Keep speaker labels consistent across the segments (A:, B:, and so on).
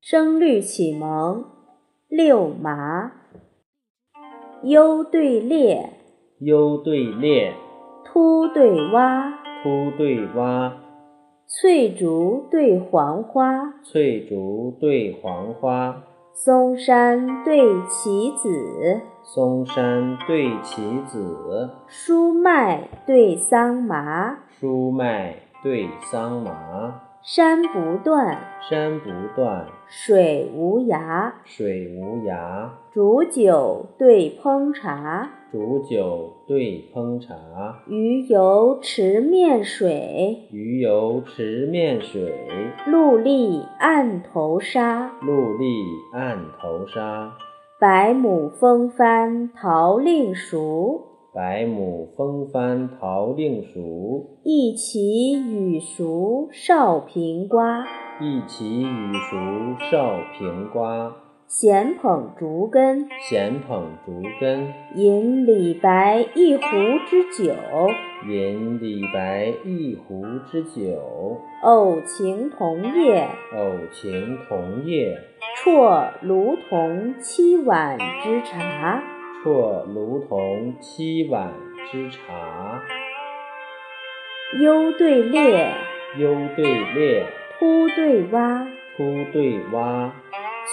A: 声律启蒙，六麻，优对劣，
B: 优对劣，
A: 凸对洼，
B: 凸对洼，
A: 翠竹对黄花，
B: 翠竹对黄花，
A: 松山对棋子，
B: 松山对棋子，
A: 舒麦对桑麻，
B: 舒麦对桑麻。
A: 山不断，
B: 山不断，
A: 水无涯，
B: 水无涯，
A: 煮酒对烹茶，
B: 煮酒对烹茶，
A: 鱼游池面水，
B: 鱼游池面水，
A: 陆立岸头沙。
B: 陆立岸头沙。
A: 白母风帆桃令熟，
B: 白母风帆桃令熟，
A: 一齐雨熟少平瓜。
B: 一齐雨熟少平瓜。
A: 闲捧竹根，
B: 闲捧竹根，
A: 饮李白一壶之酒，
B: 饮李白一壶之酒。
A: 偶晴同夜，
B: 偶晴同夜，
A: 啜卢同七碗之茶。
B: 啜卢同七碗之茶。
A: 优对劣，
B: 优对劣，
A: 凸对洼，
B: 凸对洼，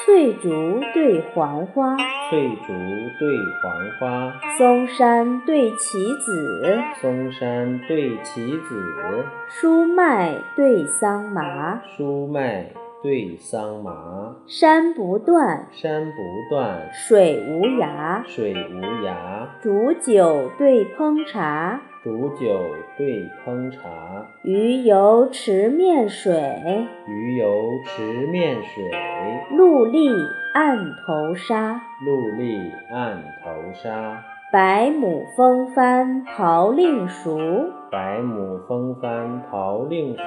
A: 翠竹对黄花，
B: 翠竹对黄花，
A: 松山对棋子，
B: 松山对棋子，
A: 舒麦对桑麻。
B: 舒麦对桑麻。
A: 山不断，
B: 山不断，
A: 水无涯，
B: 水无涯，
A: 煮酒对烹茶，
B: 煮酒对烹茶，
A: 鱼游池面水，
B: 鱼游池面水，
A: 陆立岸头沙。
B: 陆立岸头沙。
A: 白母风帆桃令熟，
B: 白母风帆桃令熟，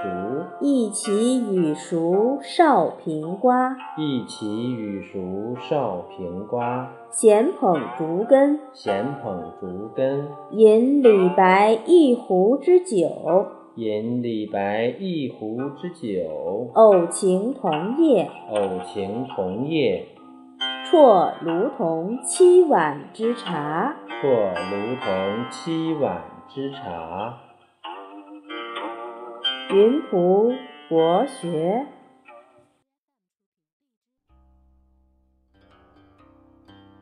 A: 一齐雨熟少平瓜。
B: 一齐雨熟少平瓜。
A: 闲捧竹根，
B: 闲捧竹根，
A: 饮李白一壶之酒。
B: 饮李白一壶之酒。
A: 偶晴同夜，
B: 偶晴同夜，
A: 啜卢同七碗之茶。
B: 啜卢同七碗之茶。
A: 云浦国学。